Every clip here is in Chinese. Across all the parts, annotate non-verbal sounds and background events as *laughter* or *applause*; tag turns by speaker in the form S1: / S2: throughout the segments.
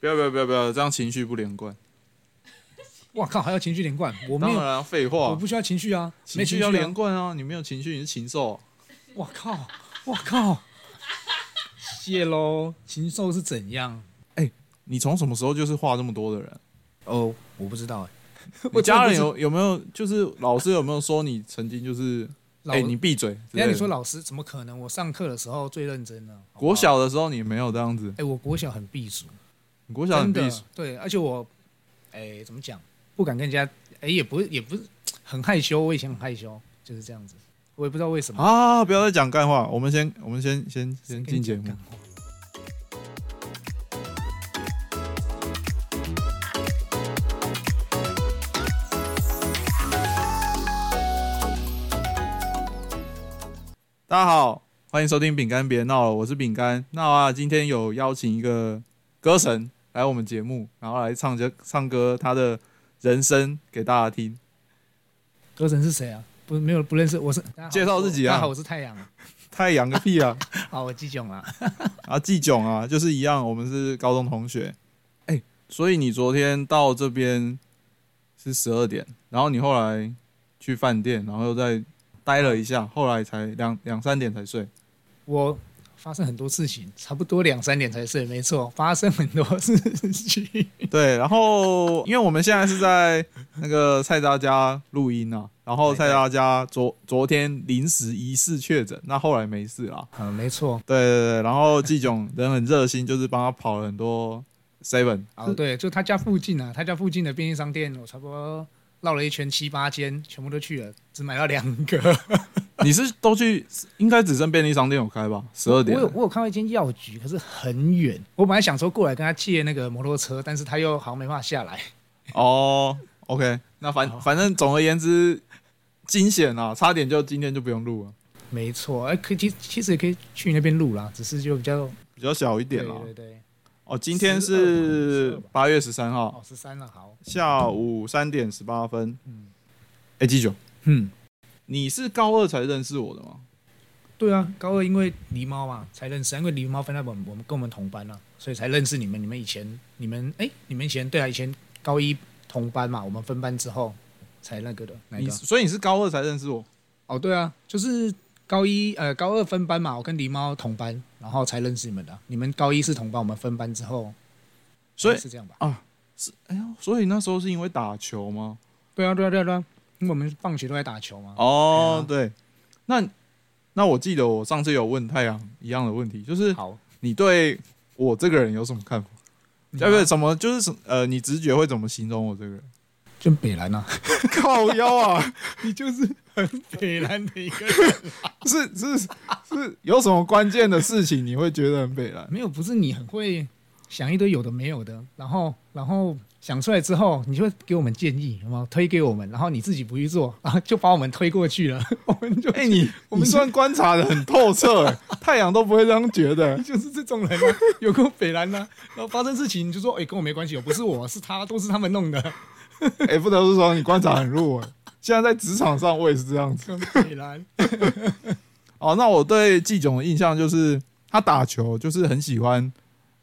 S1: 不要不要不要不要，这样情绪不连贯。
S2: 哇靠，还要情绪连贯？我没
S1: 当
S2: 有，
S1: 然啊废
S2: 我
S1: 话，
S2: 不需要情绪啊，没
S1: 情绪
S2: 绪
S1: 要
S2: 啊
S1: 连。贯啊！你没有情绪，你是禽兽啊。
S2: 我靠，我靠，谢喽，禽兽是怎样？
S1: 你从什么时候就是话这么多的人？
S2: 哦，我不知道哎、
S1: 欸你
S2: *laughs* 我真的
S1: 家
S2: 不
S1: 人
S2: 知
S1: 有有没有就是老师有没有说你曾经就是
S2: 老
S1: 哎、你闭嘴之类
S2: 那
S1: 的？
S2: 你说老师怎么可能？我上课的时候最认真呢、好不好
S1: 国小的时候你没有这样子
S2: 哎、，我国小很避暑，
S1: 你国小
S2: 真
S1: 很避
S2: 的
S1: 暑，
S2: 对，而且我哎、怎么讲，不敢跟人家哎、也不也不是很害羞，我以前很害羞，就是这样子，我也不知道为什么。
S1: 啊！不要再讲干话，我们先我们先先先
S2: 跟
S1: 进
S2: 你
S1: 节
S2: 讲
S1: 目
S2: 干。话
S1: 大家好，欢迎收听《饼干别闹了》，我是饼干。那啊，今天有邀请一个歌神来我们节目，然后来唱歌唱歌他的人生给大家听。
S2: 歌神是谁啊？不，没有不认识，我是大家好
S1: 介绍自己啊
S2: 大家好，我是太阳。
S1: 太阳个屁啊！
S2: 好，我季囧啊。
S1: 啊，季囧啊，就是一样，我们是高中同学。哎、所以你昨天到这边是十二点，然后你后来去饭店，然后又再待了一下，后来才两两三点才睡。
S2: 我发生很多事情，差不多两三点才睡，没错，发生很多事情。
S1: 对，然后因为我们现在是在那个蔡大家录音啊，然后蔡大家昨昨天临时疑似确诊，那后来没事啦。
S2: 嗯，没错。
S1: 对对对，然后季囧人很热心，就是帮他跑了很多 seven，
S2: 哦，对，就他家附近啊，他家附近的便利商店，我差不多绕了一圈七八间，全部都去了，只买到两个。 *laughs*
S1: 你是都去，应该只剩便利商店有开吧？十二
S2: 我
S1: 点
S2: 有我有看到一间药局，可是很远。我本来想说过来跟他借那个摩托车，但是他又好像没办法下来。
S1: 哦。OK，那反反正总而言之，惊险啊，差点就今天就不用录了，
S2: 没错，哎、可以其其实也可以去那边录啦，只是就比较
S1: 比较小一点了
S2: 对。对对，
S1: 哦，今天
S2: 12
S1: 是
S2: 吧
S1: 八月十三号
S2: 哦，十三了，好，
S1: 下午三点十八分。
S2: 嗯
S1: 哎，季九，
S2: 嗯，
S1: 你是高二才认识我的吗？
S2: 对啊，高二因为狸猫嘛才认识啊，因为狸猫分在我们我们跟我们同班啊，所以才认识你们。你们以前你们哎、你们以前对啊，以前高一同班嘛，我们分班之后才那个的。哪一
S1: 你
S2: 个？
S1: 所以你是高二才认识我。
S2: 哦，对啊，就是高一呃高二分班嘛，我跟狸猫同班，然后才认识你们的啊。你们高一是同班，我们分班之后，
S1: 所以
S2: 哎是这样吧？
S1: 哎呦，所以那时候是因为打球吗？
S2: 对啊，对啊，对啊，对啊，因为我们放学都在打球嘛。
S1: 哦，对，那那我记得我上次有问太阳一样的问题，就是
S2: 好，
S1: 你对我这个人有什么看法？
S2: 你
S1: 对不对？
S2: 啊
S1: 什么就是什呃，你直觉会怎么形容我这个人？
S2: 就北兰啊，
S1: *laughs* 靠腰 *laughs* 啊，
S2: 你就是很 *laughs* 北兰的一个人。
S1: 是是是，有什么关键的事情你会觉得很北蓝？
S2: 啊没有，不是你很会想一堆有的没有的，然后然后想出来之后，你就会给我们建议，有没有推给我们，然后你自己不去做，然后就把我们推过去了， *laughs* 我们就
S1: *laughs* 哎、你
S2: 我们
S1: 你算观察的很透彻、 *laughs* 哎太阳都不会这样觉得。 *laughs*
S2: 就是这种人、啊， *laughs* 有够北兰呐、然后发生事情你就说，哎、跟我没关系，我不是我，是他，都是他们弄的， *laughs*
S1: 哎、不得不说你观察很入微。现在在职场上我也是这样子。
S2: 跟北兰。
S1: 哦，那我对季总的印象就是他打球就是很喜欢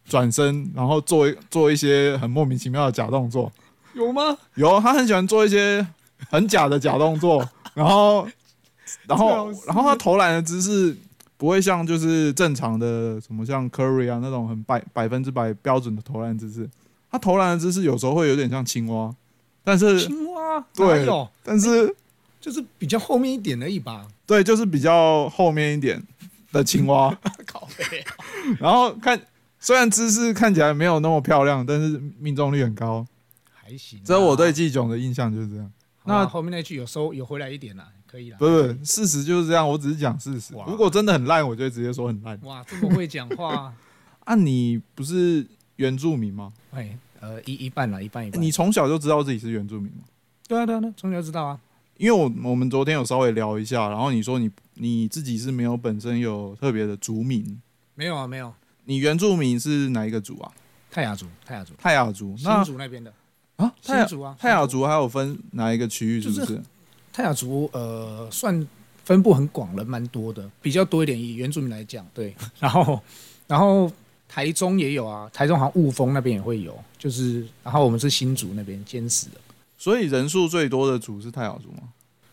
S1: 转身，然后做一做一些很莫名其妙的假动作。
S2: 有吗？
S1: 有，他很喜欢做一些很假的假动作，然后，然后
S2: 最好，是
S1: 然后他投篮的姿势不会像就是正常的什么像 Curry 啊那种很百百分之百标准的投篮姿势，他投篮的姿势有时候会有点像青蛙，但是
S2: 青蛙啊哪
S1: 对
S2: 有？
S1: 但是
S2: 就是比较后面一点而已吧。
S1: 对，就是比较后面一点的青蛙，
S2: *laughs* 靠北，
S1: 然后看虽然姿势看起来没有那么漂亮，但是命中率很高，
S2: 还行、啊。
S1: 这我对季总的印象就是这样。
S2: 好啊
S1: 那
S2: 后面那句有收有回来一点啦，可以啦。
S1: 不是不是，事实就是这样，我只是讲事实
S2: 哇。
S1: 如果真的很烂，我就会直接说很烂。
S2: 哇，这么会讲话。 *laughs*
S1: 啊，你不是原住民吗？
S2: 哎，呃，一一半啦，一半一半。
S1: 你从小就知道自己是原住民吗？
S2: 对啊对啊，对啊从小就知道啊。
S1: 因为我我们昨天有稍微聊一下，然后你说你你自己是没有本身有特别的族名，
S2: 没有啊，没有。
S1: 你原住民是哪一个族啊？
S2: 泰雅族，泰雅族，
S1: 泰雅族。
S2: 新
S1: 那
S2: 竹那边的
S1: 啊，泰
S2: 新
S1: 雅
S2: 竹啊，
S1: 泰雅
S2: 新竹，
S1: 族还有分哪一个区域？是
S2: 就
S1: 不
S2: 是
S1: 是？
S2: 泰雅族呃，算分布很广，人蛮多的，比较多一点。以原住民来讲，对。然后，然后台中也有啊，台中好像雾峰那边也会有，就是然后我们是新竹那边坚持的，
S1: 所以人数最多的组是太好组
S2: *laughs*
S1: 吗？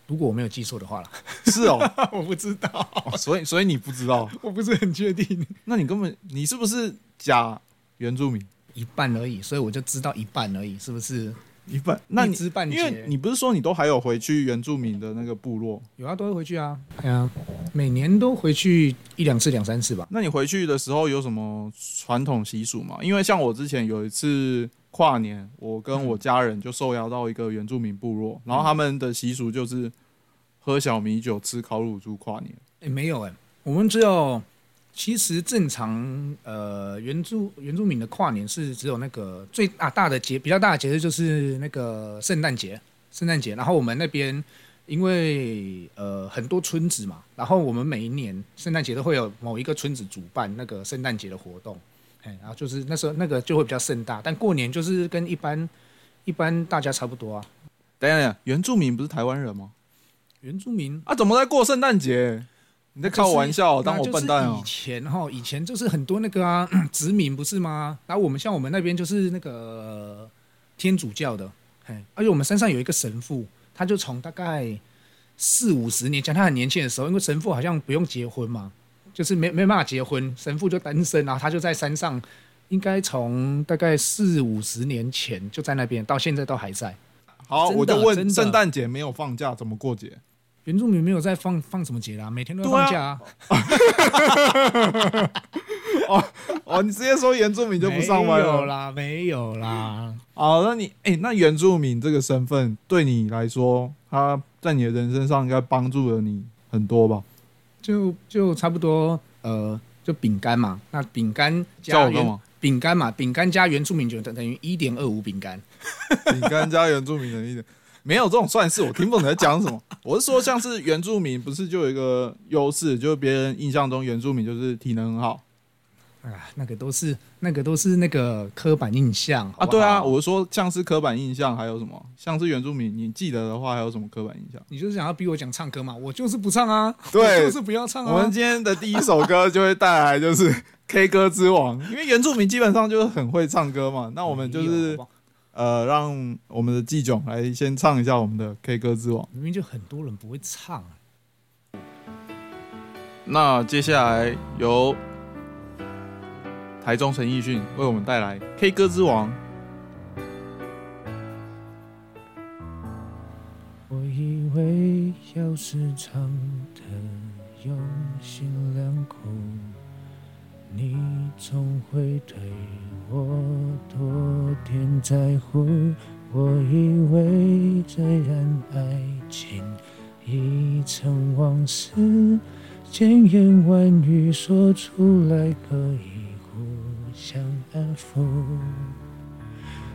S2: 如果我没有记错的话啦，
S1: 是哦，
S2: *laughs* 我不知道，
S1: 哦所以所以你不知道，
S2: 我不是很确定，
S1: 那你根本你是不是假原住民
S2: 一半而已，所以我就知道一半而已，是不是？
S1: 一半？那
S2: 一
S1: 你
S2: 知半解
S1: 因为你不是说你都还有回去原住民的那个部落？
S2: 有啊，都会回去啊，哎呀，每年都回去一两次、两三次吧。
S1: 那你回去的时候有什么传统习俗吗？因为像我之前有一次跨年，我跟我家人就受邀到一个原住民部落，然后他们的习俗就是喝小米酒、吃烤乳猪跨年。
S2: 哎、没有哎、我们只有其实正常呃原住原住民的跨年是只有那个最啊大的节比较大的节日就是那个圣诞节，圣诞节。然后我们那边因为呃很多村子嘛，然后我们每一年圣诞节都会有某一个村子主办那个圣诞节的活动，哎、然后就是那时候那个就会比较盛大，但过年就是跟一般一般大家差不多啊。
S1: 等一下等一下，原住民不是台湾人吗？
S2: 原住民
S1: 啊，怎么在过圣诞节？你在开玩笑、
S2: 那
S1: 当我
S2: 就是
S1: 笨蛋哦、
S2: 以前哈，以前就是很多那个啊 *clears throat* 殖民不是吗？然后我们像我们那边就是那个天主教的，嘿，而且我们山上有一个神父，他就从大概四五十年前，他很年轻的时候，因为神父好像不用结婚嘛，就是没没办法结婚，神父就单身，然后他就在山上，应该从大概四五十年前就在那边，到现在都还在。
S1: 好，
S2: 真的
S1: 我就
S2: 真
S1: 问，
S2: 的
S1: 圣诞节没有放假，怎么过节？
S2: 原住民没有在放放什么节啦、每天都在
S1: 对啊
S2: 放假啊。
S1: 哦，你直接说原住民就不上班啊
S2: 没有
S1: 了。
S2: 啦，没有啦。
S1: 好，那你哎、那原住民这个身份对你来说，他在你的人生上应该帮助了你很多吧？
S2: 就就差不多，呃，就饼干嘛，那饼干
S1: 叫
S2: 加
S1: 我干
S2: 原 *laughs*
S1: 嘛？
S2: 饼干嘛，饼干加原住民就等等于一点二五饼干。
S1: 饼干加原住民的一点，没有这种算式，我听不懂你在讲什么。我是说，像是原住民不是就有一个优势，就是别人印象中原住民就是体能很好
S2: 啊，那个都是那个都是那个刻板印象
S1: 啊？
S2: 好不好
S1: 对啊，我是说像是刻板印象，还有什么像是原住民，你记得的话还有什么刻板印象？
S2: 你就是想要逼我讲唱歌嘛，我就是不唱啊，
S1: 对
S2: 我就是不要唱
S1: 我们
S2: 啊。
S1: 今天的第一首歌就会带来就是 K 歌之王，因为原住民基本上就是很会唱歌嘛。那我们就
S2: 没有哎好
S1: 是
S2: 不好
S1: 呃，让我们的季炯来先唱一下我们的 K 歌之王。
S2: 明明就很多人不会唱啊、
S1: 那接下来由台中陈奕迅为我们带来 K 歌之王。
S2: 我以为要是唱得用心良苦，你总会对我多点在乎。我以为这样爱情已成往事，千言万语说出来可以互相安抚，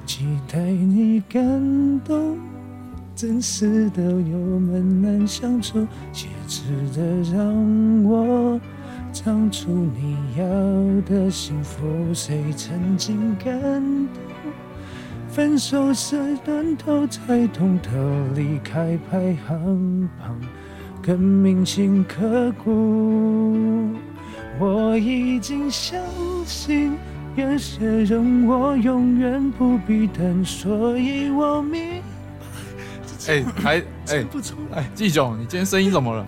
S2: 期待你感动。真实的我们难相处，切齿的让我唱出你要的幸福。谁曾经感动？分手是断头才懂得离开排行榜，更铭心刻骨。我已经相信。有些人我永远不必等，所以我明
S1: *laughs* 哎、台哎
S2: 唱不出来，
S1: 哎，季炯，你今天声音怎么了？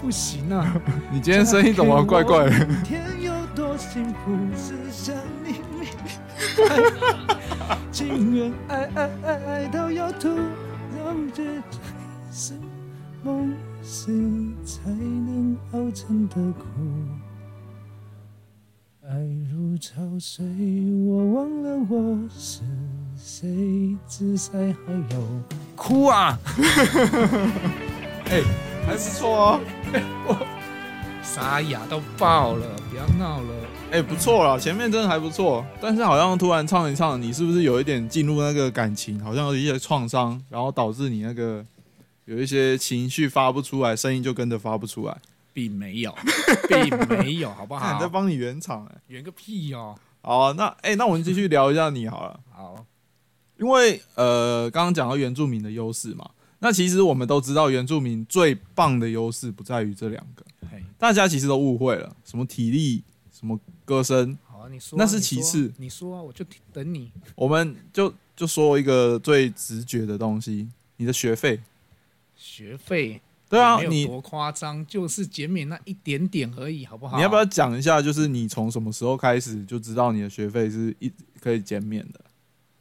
S2: 不行啊！
S1: 你今天声音怎么怪怪的？
S2: 明天有多幸福，只想你明白。情愿爱爱爱爱到要吐，让这是梦是才能熬成的苦。爱如潮水，我忘了我是谁，只在还有哭啊！
S1: 哎、 *laughs* 还不错哦、
S2: 沙哑到爆了，不要闹了。
S1: 哎、不错啦，前面真的还不错，但是好像突然唱一唱，你是不是有一点进入那个感情，好像有一些创伤，然后导致你那个有一些情绪发不出来，声音就跟着发不出来。
S2: 并没有， *laughs* 并没有，好
S1: *laughs*
S2: 不
S1: 看，
S2: 好
S1: 在？帮你圆场哎、
S2: 圆个屁哦！
S1: 好，那哎、那我们继续聊一下你好了，
S2: 好，
S1: 因为呃，刚刚讲到原住民的优势嘛，那其实我们都知道原住民最棒的优势不在于这两个，
S2: 嘿，
S1: 大家其实都误会了，什么体力、什么歌声，
S2: 好啊，你说啊、
S1: 那是
S2: 你
S1: 其
S2: 说啊
S1: 次
S2: 你说啊，我就听等你。
S1: 我们就就说一个最直觉的东西，你的学费。
S2: 学费
S1: 对啊，
S2: 也没有
S1: 你
S2: 多夸张，就是减免那一点点而已，好不好？
S1: 你要不要讲一下，就是你从什么时候开始就知道你的学费是一可以减免的？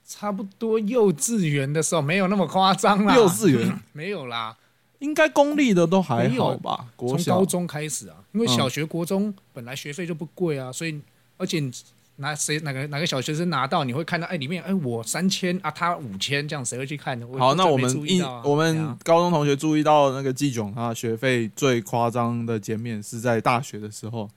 S2: 差不多幼稚园的时候没有那么夸张啦，
S1: 幼稚园
S2: 没有啦，
S1: 应该公立的都还好吧？国
S2: *laughs* 从
S1: 小嗯
S2: 高中开始啊，因为小学、国中本来学费就不贵啊，所以而且你拿谁哪个哪个小学生拿到，你会看到哎里面哎我三千啊他五千，这样谁会去看？我
S1: 好，
S2: 就
S1: 那我
S2: 没
S1: 们
S2: 注意
S1: 一
S2: 到啊
S1: 我
S2: 对
S1: 们
S2: 啊
S1: 高中同学注意到那个季炯，他学费最夸张的减免是在大学的时候。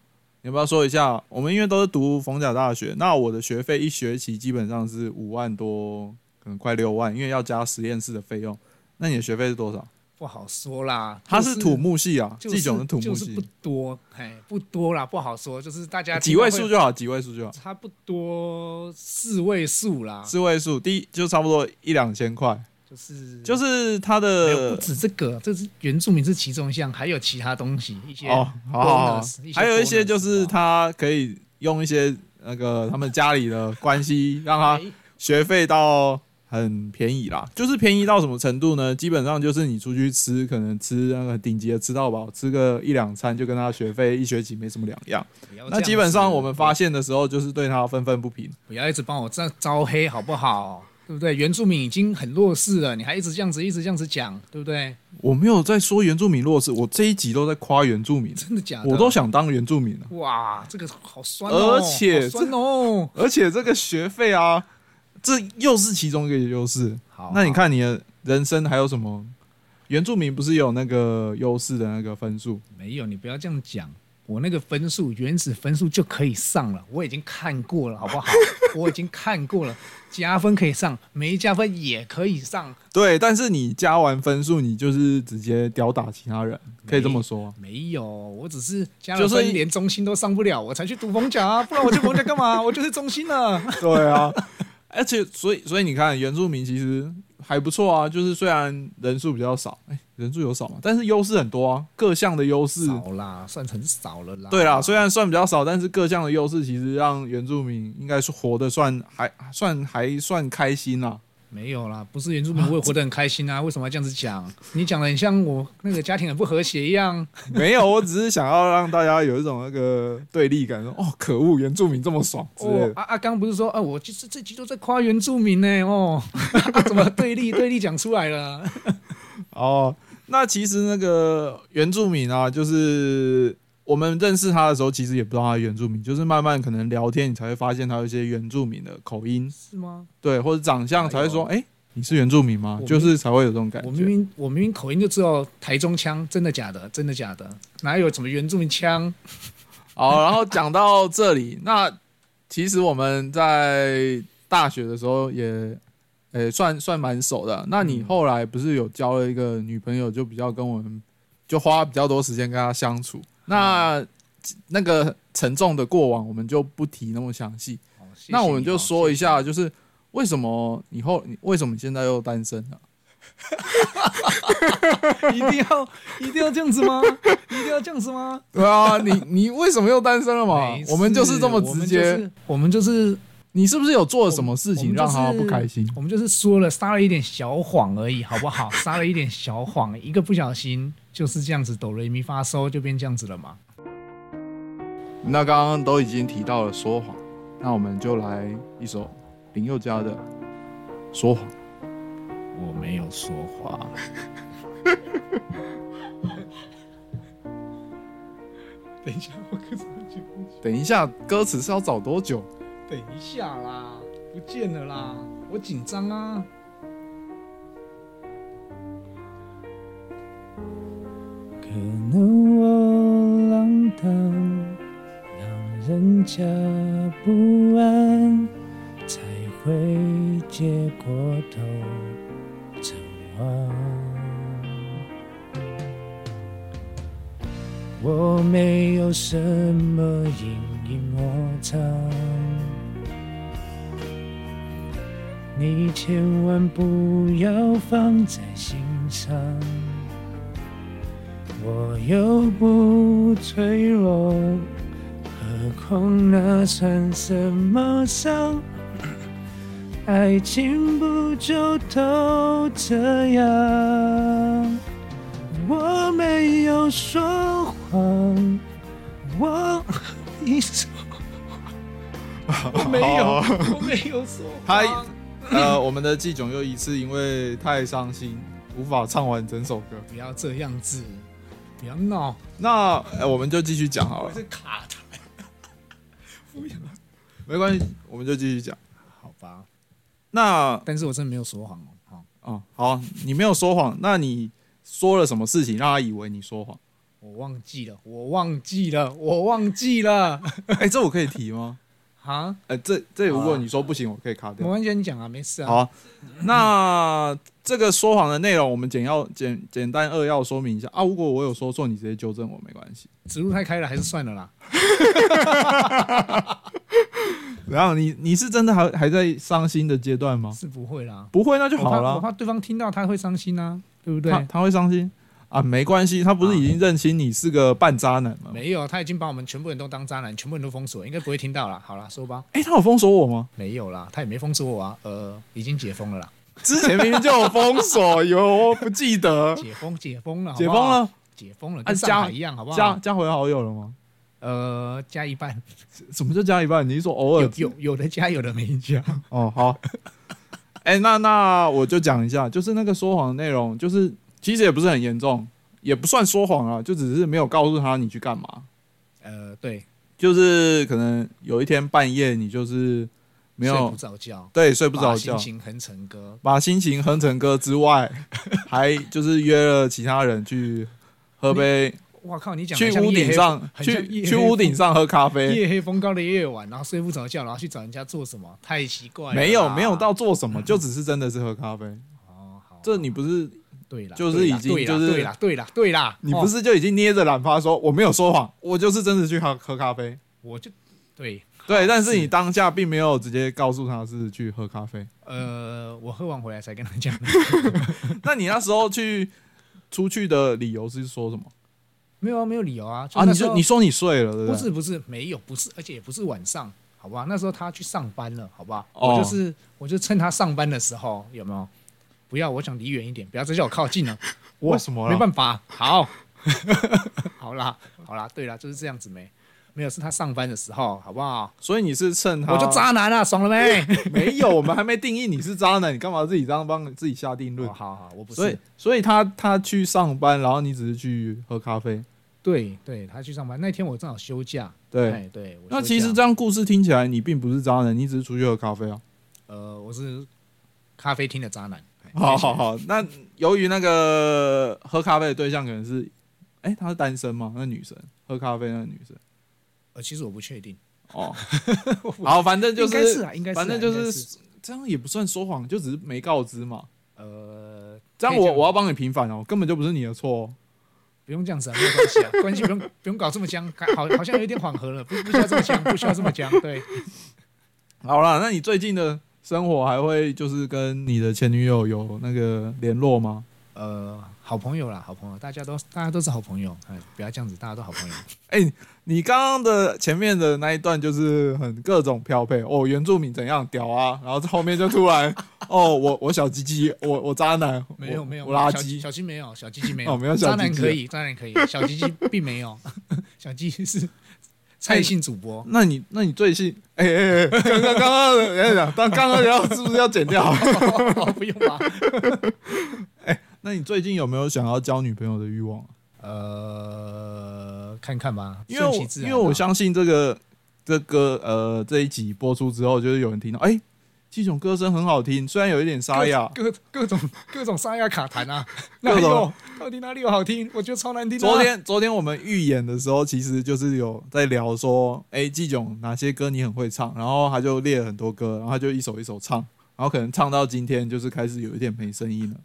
S1: 你要不要说一下？我们因为都是读逢甲大学，那我的学费一学期基本上是五万多，可能快六万，因为要加实验室的费用。那你的学费是多少？
S2: 不好说啦，
S1: 他
S2: 就是
S1: 土木系啊，
S2: 就是
S1: 季炯是土
S2: 就
S1: 木
S2: 是不
S1: 系，啊
S2: 多，哎，不多啦，不好说，就是大家
S1: 几位
S2: 听到
S1: 数
S2: 会
S1: 就好，几位数就好，
S2: 差不多四位数啦，
S1: 啊四位数，第一就差不多一两千块，
S2: 就是
S1: 就。是呃他
S2: 没有，
S1: 的
S2: 不止这个，这是原住民是其中一项，还有其他东西一些。
S1: 哦，好好好
S2: bonus，一，些
S1: 还有一些
S2: bonus
S1: 就是他可以用一些那个他们家里的关系，让他
S2: 哎
S1: 学费到很便宜啦。就是便宜到什么程度呢？基本上就是你出去吃，可能吃那个顶级的吃到饱，吃个一两餐就跟他学费一学期没什么两样。
S2: 不哦要这
S1: 那
S2: 样子
S1: 基本上我们发现的时候，就是对他愤愤不平。
S2: 不要一直帮我这样招黑好不好？对不对？原住民已经很弱势了，你还一直这样子，一直这样子讲，对不对？
S1: 我没有在说原住民弱势，我这一集都在夸原住
S2: *laughs*
S1: 民，
S2: 真的假的？
S1: 我都想当原住民了。啊
S2: 哇，这个好酸哦，
S1: 而且
S2: 好酸哦。
S1: 而且这个学费啊，这又是其中一个优势。
S2: 好，
S1: 那你
S2: 好，
S1: 看你的人生还有什么？原住民不是有那个优势的那个分数？
S2: 没有，你不要这样讲。我那个分数，原子分数就可以上了，我已经看过了，
S1: *laughs*
S2: 好不好？我已经看过了，加分可以上，没加分也可以上，
S1: 对，但是你加完分数，你就是直接吊打其他人，可以这么
S2: *laughs*
S1: 说。
S2: 没有，我只是加
S1: 就
S2: 了
S1: 是
S2: 分，连中心都上不了，我才去读逢甲啊，不然我去逢甲
S1: *laughs*
S2: 干嘛？我就是中心了。
S1: 对啊，而且所以所以你看，原住民其实还不错啊，就是虽然人数比较少，哎、人数有少嘛，但是优势很多啊，各项的优势。
S2: 少啦，算很少了啦。
S1: 对啦，虽然算比较少，但是各项的优势其实让原住民应该是活得算还算还算开心啊啦、
S2: 没有啦，不是原住民，我也活得很开心啊。为什么要这样子讲？你讲的很像我那个家庭很不和谐一样。
S1: *laughs* 没有，我只是想要让大家有一种那个对立感，说哦，可恶，原住民这么爽之类
S2: 哦
S1: 的，。
S2: 阿阿刚不是说啊，我就是这集都在夸原住民呢、哦， *laughs* 啊、怎么对立对立讲出来了？
S1: 哦，那其实那个原住民啊，就是我们认识他的时候，其实也不知道他是原住民，就是慢慢可能聊天，你才会发现他有一些原住民的口音，
S2: 是吗？
S1: 对，或者长相才会说，
S2: 哎
S1: 哎、你是原住民吗
S2: 我？明
S1: 就是才会有这种感
S2: 我明
S1: 觉。
S2: 明我明明口音就知道台中腔，真的假的？真的假的？哪有什么原住民腔？
S1: 好，然后讲到这里，那其实我们在大学的时候也，呃、算算蛮熟的。那你
S2: 嗯
S1: 后来不是有交了一个女朋友，就比较跟我们就花比较多时间跟她相处。那、那个沉重的过往，我们就不提那么详细。
S2: 哦谢谢
S1: 那我们
S2: 你
S1: 就
S2: 哦
S1: 说一
S2: 谢谢
S1: 下，就是为什么你后你为什么你现在又单身啊了、
S2: 一定要一定要这样子吗？一定要这样子吗？
S1: *laughs* 对啊，你你为什么又单身了嘛
S2: 没？事
S1: 我们就是这么直接。，
S2: 我们就是
S1: 你是不是有做什么事情让她不开心？
S2: 我们就是说了撒了一点小谎而已，好不好？撒了一点小谎，一个不小心就是这样子，哆来咪发嗦就变这样子了嘛。
S1: 那刚刚都已经提到了说谎，那我们就来一首林宥嘉的《说谎》。
S2: 我没有说谎。 *laughs* 等一下，我可怎么就
S1: 等一下，歌词是要找多久？
S2: 等一下啦，不见了啦，我紧张啊。可能我浪荡，让人家不安，才会接过头阵亡。我没有什么隐隐窝藏，你千万不要放在心上。我又不脆弱，何
S3: 空那层什
S2: *coughs*
S3: 么伤？爱情不就都这样？我没有说谎，我一说
S2: 我没有
S1: 哦，
S2: 我没有说
S1: 他
S2: 谎。
S1: 呃，我们的季炯又一次因为太伤心，无法唱完整首歌。
S2: 不要这样子，不要闹，
S1: 那、呃我们就继续讲好
S2: 我
S1: 了，
S2: 是卡痰。不要，
S1: 没关系，我们就继续讲。
S2: 好吧。
S1: 那
S2: 但是我真的没有说谎哦。好，
S1: 哦，好，你没有说谎，那你说了什么事情让他以为你说谎？ *laughs*
S2: 我忘记了，我忘记了，我忘记了。
S1: 哎、这我可以提吗？
S2: 啊，
S1: 哎、这这如
S2: 好
S1: 果
S2: 啊
S1: 你说不行，我可以卡
S2: 没
S1: 掉。
S2: 关系，你讲啊，没事啊。
S1: 好、啊，那这个说谎的内容，我们简要简简单扼要说明一下啊。如果我有说错，你直接纠正我没关系。
S2: 植入太开了，还是算了啦。
S1: 然后你你是真的还还在伤心的阶段吗？
S2: 是不会啦，
S1: 不会，那就
S2: 我怕
S1: 好
S2: 我
S1: 了。
S2: 怕对方听到他会伤心啊，对不对
S1: 他？他会伤心啊，没关系，他不是已经认清你是个半渣男吗？
S2: 没有，他已经把我们全部人都当渣男，全部人都封锁，应该不会听到啦。好啦，说吧。
S1: 哎、他有封锁我吗？
S2: 没有啦，他也没封锁我啊。呃，已经解封了啦，
S1: 之前明明就有封锁，有我不记得，
S2: 解封，解封了，好
S1: 解
S2: 不
S1: 封
S2: 好
S1: 了，
S2: 解封了，
S1: 啊
S2: 跟上海
S1: 加
S2: 一样，好不
S1: 加
S2: 好？
S1: 加回好友了吗？
S2: 呃，加一半，
S1: 什么叫加一半？你是说偶尔
S2: 有有有的加，有的没加。
S1: 哦，好。 *laughs* 哎、那那我就讲一下，就是那个说谎的内容，就是其实也不是很严重，也不算说谎啊，就只是没有告诉他你去干嘛，
S2: 呃，对，
S1: 就是可能有一天半夜你就是没
S2: 睡
S1: 有
S2: 不着觉，
S1: 对睡不
S2: 把
S1: 着觉
S2: 心，情很成歌，
S1: 把心情哼成歌之外， *laughs* 还就是约了其他人去喝杯，
S2: 哇靠，你讲得
S1: 去
S2: 像
S1: 屋
S2: 夜
S1: 顶
S2: 黑
S1: 上
S2: 很像
S1: 去
S2: 夜
S1: 去
S2: 黑
S1: 屋顶
S2: 风
S1: 上喝咖啡，
S2: 夜黑风高的夜晚，然后睡不着觉，然后去找人家做什么，太奇怪了啦。
S1: 没有
S2: 啊
S1: 没有到做什么，就只是真的是喝咖啡。
S2: 哦，好
S1: 这你不是
S2: 对啦，
S1: 就是
S2: 对啦
S1: 已经
S2: 对啦
S1: 就是
S2: 对啦对啦对啦，
S1: 你
S2: 哦
S1: 不是就已经捏着懒趴说我没有说谎，我就是真的去喝喝咖啡。
S2: 我就对
S1: 对，但是你当下并没有直接告诉他是去喝咖
S2: *laughs*
S1: 啡。
S2: 呃，我喝完回来才跟他讲，
S1: 那你那时候去出去的理由是说什么
S2: 没有啊，没有理由啊
S1: 啊？
S2: 那
S1: 你
S2: 时
S1: 说
S2: 候
S1: 你说你睡了，对不
S2: 不
S1: 对？
S2: 是不是没有不是，而且也不是晚上，好吧？那时候他去上班了，好吧？
S1: 哦
S2: 我就是我就趁他上班的时候，有没有？不要，我想离远一点，不要再叫我靠近了。
S1: *laughs*
S2: 我
S1: 为什么啦啊
S2: 没办法，好， *laughs* 好啦，好啦，对啦，就是这样子没，没有是他上班的时候，好不好？
S1: 所以你是趁他
S2: 我就渣男了，爽了没？
S1: *laughs* 没有，我们还没定义你是渣男，你干嘛自己这样帮自己下定论
S2: 哦？好好，我不
S1: 所以
S2: 是，，
S1: 所以他他去上班，然后你只是去喝咖啡。
S2: 对对，他去上班那天我正好休假，
S1: 对，
S2: 哎对，我
S1: 那
S2: 休
S1: 其实
S2: 假
S1: 这样故事听起来你并不是渣男，你只是出去喝咖啡啊。
S2: 呃，我是咖啡厅的渣男。
S1: 好好好，那由于那个喝咖啡的对象可能是，哎、她是单身吗？那女生喝咖啡那个女生，
S2: 呃，其实我不确定，
S1: 哦， *laughs* 好，反正就
S2: 应该是啊，应该是啊，
S1: 反正就
S2: 应该
S1: 是
S2: 是
S1: 这样，也不算说谎，就只是没告知嘛。
S2: 呃，
S1: 这样
S2: 可以
S1: 我
S2: 这样
S1: 我要帮你平反哦，根本就不是你的错、哦。
S2: 不用这样子啊，没有关系啊， *laughs* 关系不用不用搞这么僵，好好像有点缓和了，不不需要这么僵，不需要这么僵，对，
S1: 好啦，那你最近的生活还会就是跟你的前女友有那个联络吗？
S2: 呃，好朋友啦，好朋友，大家都大家都是好朋友，哎，不要这样子，大家都好朋友，
S1: 哎、你刚刚的前面的那一段就是很各种漂配哦，原住民怎样屌啊，然后后面就突
S2: *laughs*
S1: 然哦，我我小鸡鸡，我我渣男，
S2: *laughs* 没有
S1: 我
S2: 没有，
S1: 我垃
S2: 小鸡
S1: 圾，
S2: 小鸡没有，小鸡鸡没有，
S1: 哦没有小
S2: 渣
S1: 鸡鸡啊
S2: 男可以，渣男可以，小鸡鸡并没有， *laughs* 小鸡鸡是蔡姓主播，
S1: 那你那你最近哎哎哎，刚刚刚刚的人家讲，但刚刚要是不是要剪掉？
S2: *laughs*
S1: *laughs*
S2: 哦不用吧，
S1: 那你最近有没有想要交女朋友的欲望啊？
S2: 呃，看看吧，
S1: 因为我
S2: 顺其自
S1: 因
S2: 然啊
S1: 为我
S2: 吧
S1: 相信这个这个呃这一集播出之后，就是有人听到，哎、季总歌声很好听，虽然有一点沙哑，
S2: 各各种各种沙哑卡痰啊，哪
S1: 各
S2: 有
S1: 种？
S2: 到底哪里有好听？我觉得超难听的
S1: *laughs*
S2: 啊。
S1: 昨天昨天我们预演的时候，其实就是有在聊说，哎、季炯哪些歌你很会唱，然后他就列了很多歌，然后他就一首一首唱，然后可能唱到今天就是开始有一点没声音了，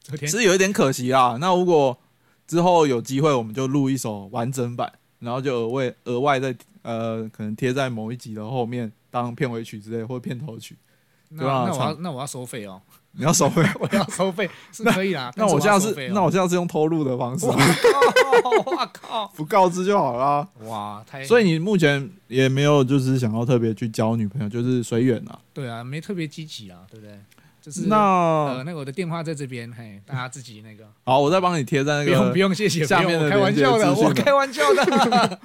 S2: 昨天
S1: 是有一点可惜啦。那如果之后有机会，我们就录一首完整版，然后就额外额外再呃可能贴在某一集的后面当片尾曲之类或片头曲。
S2: 那
S1: 对啊
S2: 那我要
S1: 唱
S2: 那我要收
S1: *laughs*
S2: 费哦，
S1: 你要收费。
S2: 我要收费 *laughs* 是可以啦。
S1: 那我
S2: 下
S1: 下
S2: 次
S1: 次，那我下次用偷录的方式啊，
S2: *laughs* 我靠，
S1: 不告知就好啦。
S2: 哇，太
S1: 所以你目前也没有就是想要特别去交女朋友，就是随缘啊。
S2: 对啊，没特别积极啦，对不对？就是呃，
S1: 那
S2: 那个我的电话在这边，嘿，大家自己那个，
S1: 好，我再帮你贴在那
S2: 不用
S1: 个
S2: 不用，谢谢，
S1: 下
S2: 不用
S1: 面
S2: 我
S1: 的
S2: 开玩笑的，
S1: 连接资讯
S2: 我
S1: 了
S2: 开玩笑的。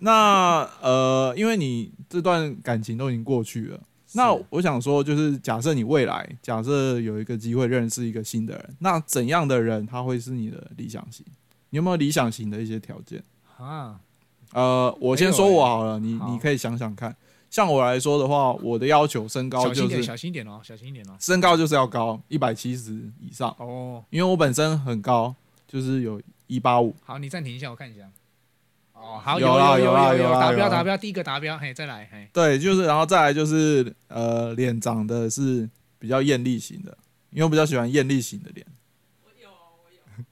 S1: 那呃，因为你这段感情都已经过去了， *laughs* 那我想说，就是假设你未来假设有一个机会认识一个新的人，那怎样的人他会是你的理想型？你有没有理想型的一些条件？
S2: 啊，
S1: 呃，我先说我好了，你
S2: 好
S1: 你可以想想看。像我来说的话，我的要求身高
S2: 小心
S1: 就
S2: 一点，
S1: 是
S2: 小心一点哦，小心一点哦。
S1: 身高就是要高一百七十以上，
S2: 哦，
S1: 因为我本身很高，就是有一八五。
S2: 好，你暂停一下，我看一下。哦，好，
S1: 有
S2: 有
S1: 啦有啦
S2: 有
S1: 有啦
S2: 达
S1: 有
S2: 标
S1: 啦
S2: 达标，第一个达标，嘿，再来，嘿，
S1: 对，就是然后再来就是呃，脸长得是比较艳丽型的，因为我比较喜欢艳丽型的脸，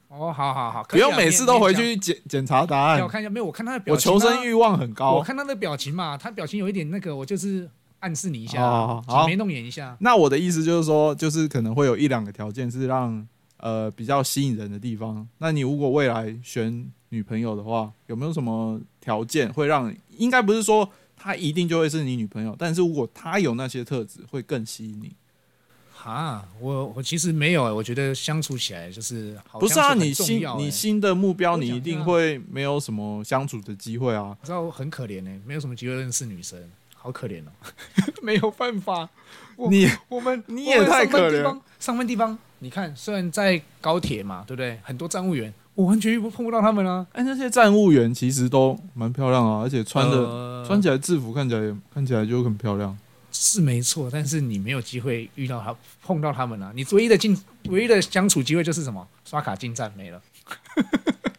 S2: 哦，好好好，可
S1: 不
S2: 以啦
S1: 用每次都回。去检检查答
S2: 勉勉强要
S1: 案
S2: 哎我。看一下，没有，我看他的表
S1: 我
S2: 情啊，
S1: 求生欲望很
S2: 我
S1: 高。
S2: 看他的表情嘛，他表情有一点那个，我就是暗示你一下
S1: 哦，好
S2: 挤眉弄眼一下。
S1: 那我的意思就是说，就是可能会有一两个条件是让呃比较吸引人的地方。那你如果未来选女朋友的话，有没有什么条件会让？应该不是说她一定就会是你女朋友，但是如果她有那些特质，会更吸引你。
S2: 哈，我我其实没有、欸，我觉得相处起来就是好
S1: 不是啊，
S2: 相处很
S1: 你
S2: 重
S1: 新
S2: 要欸
S1: 你新的目标，
S2: 我
S1: 你
S2: 想啊
S1: 一
S2: 一
S1: 定
S2: 下
S1: 会没有什么相处的机会啊。
S2: 你知道我很可怜呢、欸没有什么机会认识女生，好可怜哦， *laughs* 没有办法，我
S1: 你
S2: 我们
S1: 你也太可怜了。
S2: 上班地方，你看，虽然在高铁嘛，对不对？很多站务员，我完全碰不到他们啊，
S1: 哎，那些站务员其实都蛮漂亮啊，而且穿的
S2: 呃
S1: 穿起来制服看起来也看起来就很漂亮。
S2: 是没错，但是你没有机会遇到他，碰到他们啊。你唯一的进，唯一的相处机会就是什么？刷卡进站没了。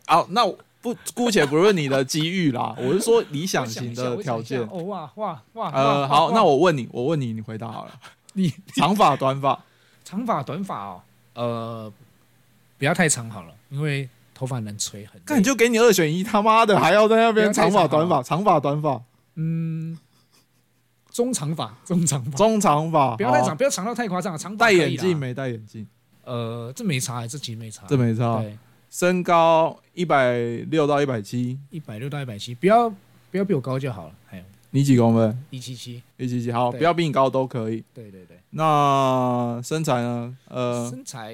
S1: 好，那我不姑且不论你的机遇啦，我是说理想型的条件
S2: 我想一下。哦哇哇哇！
S1: 呃，
S2: 哇
S1: 好，
S2: 哇
S1: 那我问你，我问你，你回答好
S2: *laughs*
S1: 了。
S2: 你
S1: 长发、短发，
S2: 长发短发哦，呃，不要太长好了，因为头发能吹很累。
S1: 那你就给你二选一，他妈的还要在那边
S2: 不
S1: 长
S2: 要太
S1: 发、
S2: 长
S1: 短
S2: 啊
S1: 发、长发、短发、
S2: 嗯，中长发，中长发，
S1: 中长发，
S2: 不要太
S1: 好
S2: 长，，不要长到太夸张，啊长发
S1: 哦戴
S2: 可以
S1: 眼镜
S2: 啦？
S1: 没戴眼镜，
S2: 呃，这没差，这其实没差。啊
S1: 这没差。
S2: 对，
S1: 身高一百六到一百七，
S2: 一百六到一百七，不要不要比我高就好了。还有
S1: 你几公分？
S2: 一七七，
S1: 一七七，好，
S2: 对
S1: 不要比你高都可以。
S2: 对对对，
S1: 那身材呢？呃，
S2: 身材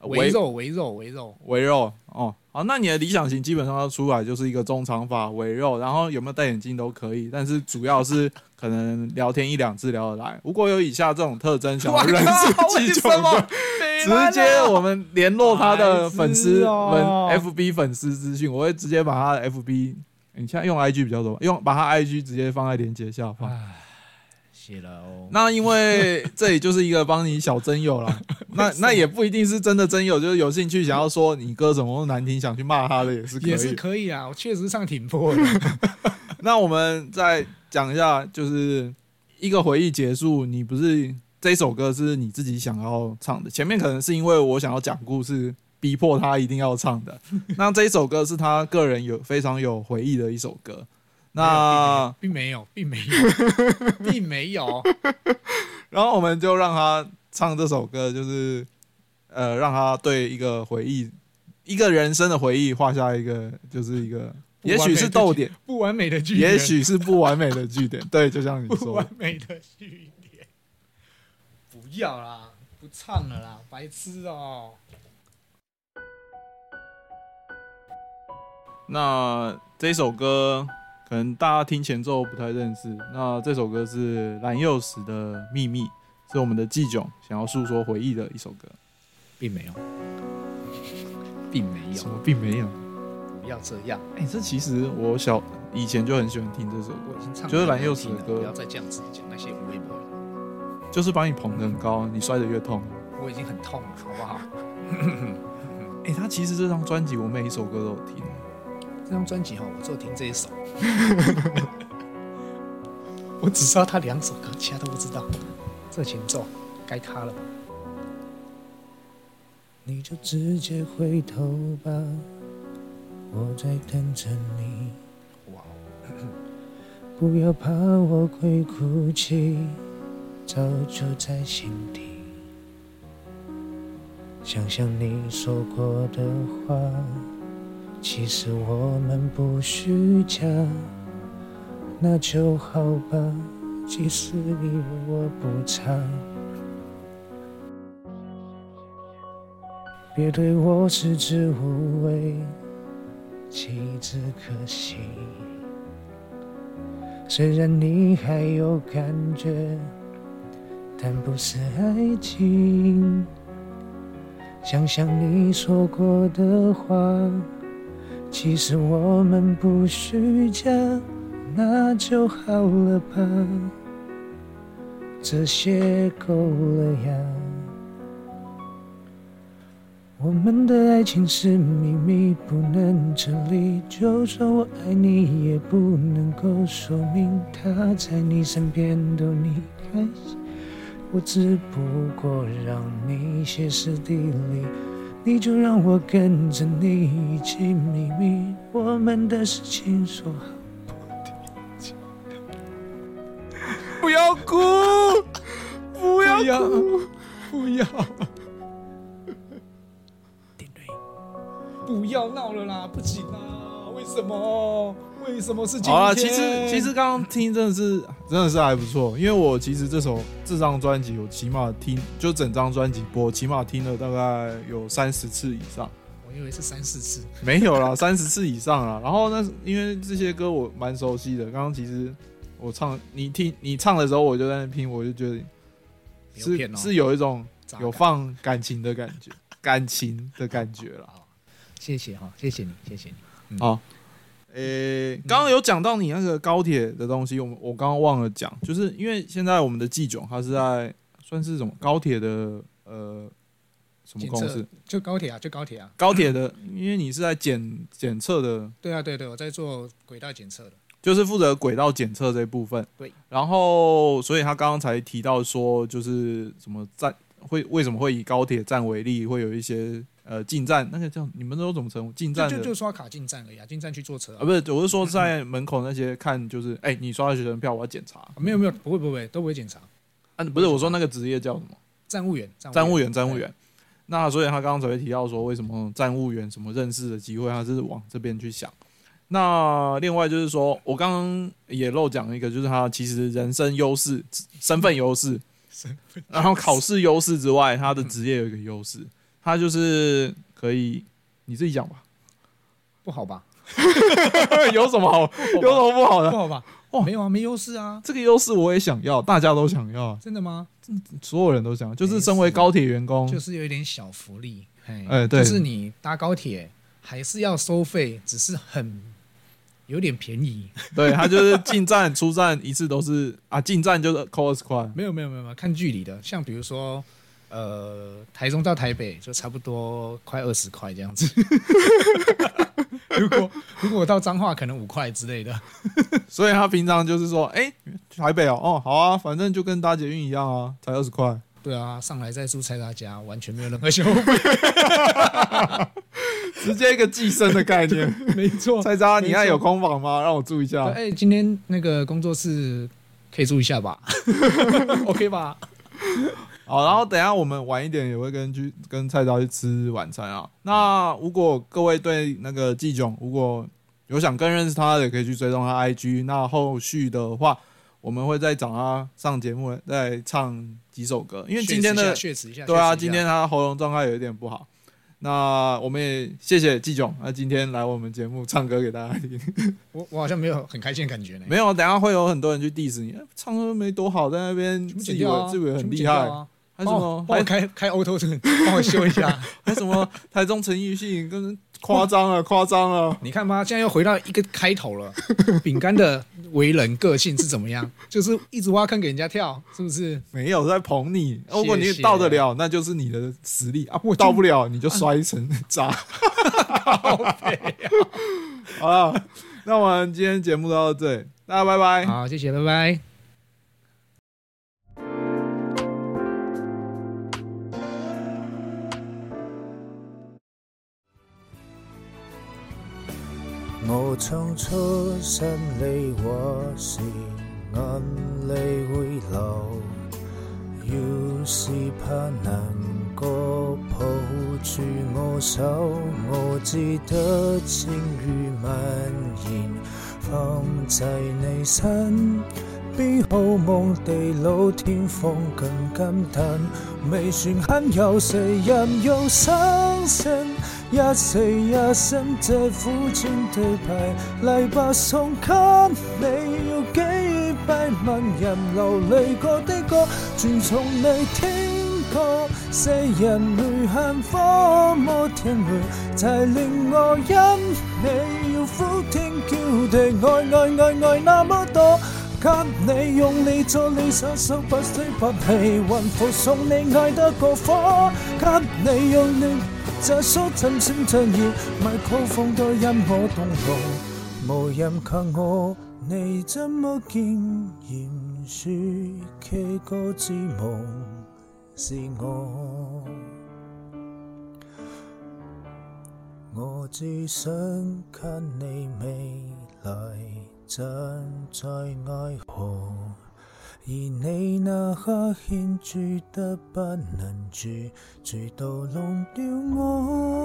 S2: 围
S1: 围
S2: 肉围肉围肉，
S1: 围肉哦，好，那你的理想型基本上要出来就是一个中长发围肉，然后有没有戴眼镜都可以，但是主要是可能聊天一两次聊得来。如果有以下这种特征，想要认识鸡
S2: *laughs* 为什
S1: 球
S2: 么
S1: 的，
S2: 哎
S1: 直接我们联络他的粉丝
S2: 白痴
S1: 粉
S2: 哦
S1: FB 粉丝资讯，我会直接把他的 FB，你现在用 IG 比较多吧，用把他 IG 直接放在链接下方。
S2: 谢了哦。
S1: 那因为这里就是一个帮你小真友啦，那那也不一定是真的真友，就是有兴趣想要说你歌怎么那么难听，想去骂他的也是可
S2: 也是
S1: 以。
S2: 可以啊，我确实上挺破的。
S1: *laughs* 那我们再讲一下，就是一个回忆结束，你不是这首歌是你自己想要唱的，前面可能是因为我想要讲故事， *laughs* 逼迫他一定要唱
S2: *laughs*
S1: 的。那这一首歌是他个人有非常有回忆的一首歌。那
S2: *laughs* 并没有，并没有，并没
S1: *laughs*
S2: 有，
S1: 然后我们就让他唱这首歌，就是呃，让他对一个回忆、一个人生的回忆画下一个，就是一个，
S2: 不完美
S1: 也
S2: 的
S1: 许是逗点，
S2: 不完美的句点，
S1: 也许是不完美的句点。对，就像你
S2: 不
S1: 说
S2: 完
S1: 的，
S2: 美的句点。不要啦，不唱了啦，白痴哦、
S1: 那这首歌可能大家听前奏不太认识。那这首歌是蓝又时的《秘密》，是我们的季炯想要诉说回忆的一首歌。
S2: 并没有，并没
S1: 什
S2: 有，
S1: 么并没有？
S2: 不要这样，
S1: 哎、这其实我小以前就很喜欢听这首歌。
S2: 我已经唱
S1: 就是
S2: 得
S1: 蓝
S2: 很
S1: 又
S2: 难听
S1: 时的
S2: 了
S1: 歌
S2: 不要再这样子讲那些无微博了，
S1: 就是把你捧得很高，你摔得越痛。
S2: 我已经很痛了，好不好？
S1: 哎、他其实这张专辑我每一首歌都有听。
S2: 这张专辑哈，我只有听这一首， *laughs* 我只知道他两首歌，其他都不知道。这前奏该他了吧？
S3: 你就直接回头吧，我在等着你。
S2: 哇哦，
S3: 不要怕我会哭泣，早就在心底。想想你说过的话，其实我们不虚假，那就好吧。即使你为我不差，别对我食之无味，弃之可惜。虽然你还有感觉，但不是爱情。想想你说过的话，其实我们不虚假，那就好了吧，这些够了呀。我们的爱情是秘密，不能成立。就算我爱你，也不能够说明他在你身边逗你开心。我只不过让你歇斯底里，你就让我跟着你一起秘密，我们的事情说好。
S1: 不要哭，不要哭，不要，
S3: 丁瑞，
S2: 不要闹了啦，不行啦，为什么？为什么是今天？
S1: 好啦，其实其实刚刚听真的是真的是还不错，因为我其实这首这张专辑我起码听就整张专辑播，起码听了大概有三十次以上，
S2: 我以为是三四次，
S1: 没有
S2: *laughs*
S1: 啦，三十次以上啦。然后那因为这些歌我蛮熟悉的，刚刚其实我唱你听你唱的时候我就在那拼，我就觉得
S2: 不要
S1: 是
S2: 骗哦
S1: 是有一种
S2: 渣
S1: 有
S2: 男
S1: 放感情的感觉，感情的感觉啦。
S2: 谢谢哈，谢谢你，谢谢你。
S1: 诶、刚刚有讲到你那个高铁的东西，我们我刚刚忘了讲，就是因为现在我们的季囧它是在算是什么高铁的呃什么公
S2: 检
S1: 司
S2: 测？就高铁啊，就高铁啊。
S1: 高铁的，因为你是在检检测的，
S2: 对啊，对对，我在做轨道检测的。
S1: 就是负责轨道检测这部分。
S2: 对，
S1: 然后所以他刚刚才提到说，就是什么站会为什么会以高铁站为例，会有一些呃进站那个叫你们都怎么称呼进
S2: 就
S1: 站
S2: 就
S1: 的
S2: 就刷卡进站而已啊，进站去坐车啊、
S1: 啊，不是，我是说在门口那些看，就是哎、你刷了学生票，我要检查。
S2: 啊没有没有，不会不会，都不会检查。
S1: 啊，不是我说那个职业叫什么？
S2: 站务员，站
S1: 站务
S2: 务
S1: 员，站务。员。那所以他刚刚才会提到说，为什么站务员什么认识的机会，他是往这边去想。那另外就是说，我刚刚也漏讲一个，就是他其实人生优势、身份优 *laughs* 势，嗯然后考试优势之外，他的职业有一个优势，他就是可以你自己讲吧，
S2: 不好吧？
S1: *laughs* 有什么 *laughs* 好，有什么不好
S2: 不
S1: 的？
S2: 好吧？
S1: 哇
S2: 没有啊，没优势啊，
S1: 这个优势我也想要，大家都想要，
S2: 真的吗？
S1: 所有人都想要，就是身为高铁员工，
S2: 就是有一点小福利，哎、
S1: 哦哎对
S2: 就是你搭高铁还是要收费，只是很有点
S1: *laughs*
S2: 便宜。
S1: 对他就是进站出站一次都是啊，进站就是扣二十块，
S2: 没有没有没有没有，看距离的，像比如说。呃，台中到台北就差不多快二十块这
S1: *laughs*
S2: 样子。如果如果我到彰化，可能五块之类的。
S1: 所以他平常就是说，哎、去台北哦，哦，好啊，反正就跟搭捷运一样啊，才二十块。
S2: 对啊，上来再蔬菜大家，完全没有任何
S1: *laughs*
S2: 修复，
S1: 直接一个寄生的概念。
S2: 没错。
S1: 菜渣，
S2: 没
S1: 你还
S2: 错
S1: 有空房吗？让我住一下。
S2: 哎、今天那个工作室可以住一
S1: *laughs*
S2: 下吧 *laughs* ？OK 吧？
S1: 好，然后等一下我们晚一点也会跟去跟菜渣去吃晚餐啊。那如果各位对那个季囧如果有想更认识他的，也可以去追踪他 IG。那后续的话，我们会再找他上节目，再唱几首歌。因为今天的
S2: 血池一下，
S1: 对啊，
S2: 血池一
S1: 今
S2: 下
S1: 天他喉咙状态有一点不好。那我们也谢谢季囧，那今天来我们节目唱歌给大家听。
S2: 我我好像没有很开心的感觉呢。
S1: 没有，等一下会有很多人去 diss 你，哎唱歌没多好，在那边
S2: 全部
S1: 自
S2: 剪
S1: 以
S2: 掉
S1: 为
S2: 啊，
S1: 自以为
S2: 全
S1: 很
S2: 部
S1: 厉
S2: 剪掉
S1: 害，
S2: 啊！
S1: 还什
S2: 帮我
S1: 么
S2: 帮
S1: 还
S2: 我开开 auto tune，帮我修
S1: *laughs*
S2: 一下。
S1: 还什
S2: *laughs*
S1: 么台中陈奕迅，跟人夸张了，夸张了。
S2: 你看吧，现在又回到一个开头了。饼干的为人个性是怎么样？就是一直挖坑给人家跳，是不是？
S1: 没有在捧你，
S2: 谢啊
S1: 如果你到得了，那就是你的实力啊！到不了，你就摔成
S2: *laughs*
S1: 渣。
S2: 啊
S1: *laughs* 好了，那我们今天节目就到这里，大家拜拜。
S2: 好，谢谢，拜拜。
S3: 我唱出心裏話是眼淚會流，要是怕難過，抱住我手，我知得情如蔓延，放在你身邊，好望地老天荒更感嘆，未算很有誰人要相信，一世一生這苦戰對牌，嚟吧送給你要幾拜，問人流淚過的歌，全從你聽過，世人淚喊火魔天回，才令我因你要呼天叫地，愛愛愛愛那麼多。給你用你做理想，手不需不棄，運付送你愛得過火。給你用你這縮真心像要，咪高峰都因我動容，無人及我。你怎麼竟然説其歌之夢是我？我只想給你未來。站在愛河，而你那刻牽住得不能住，住到弄掉我。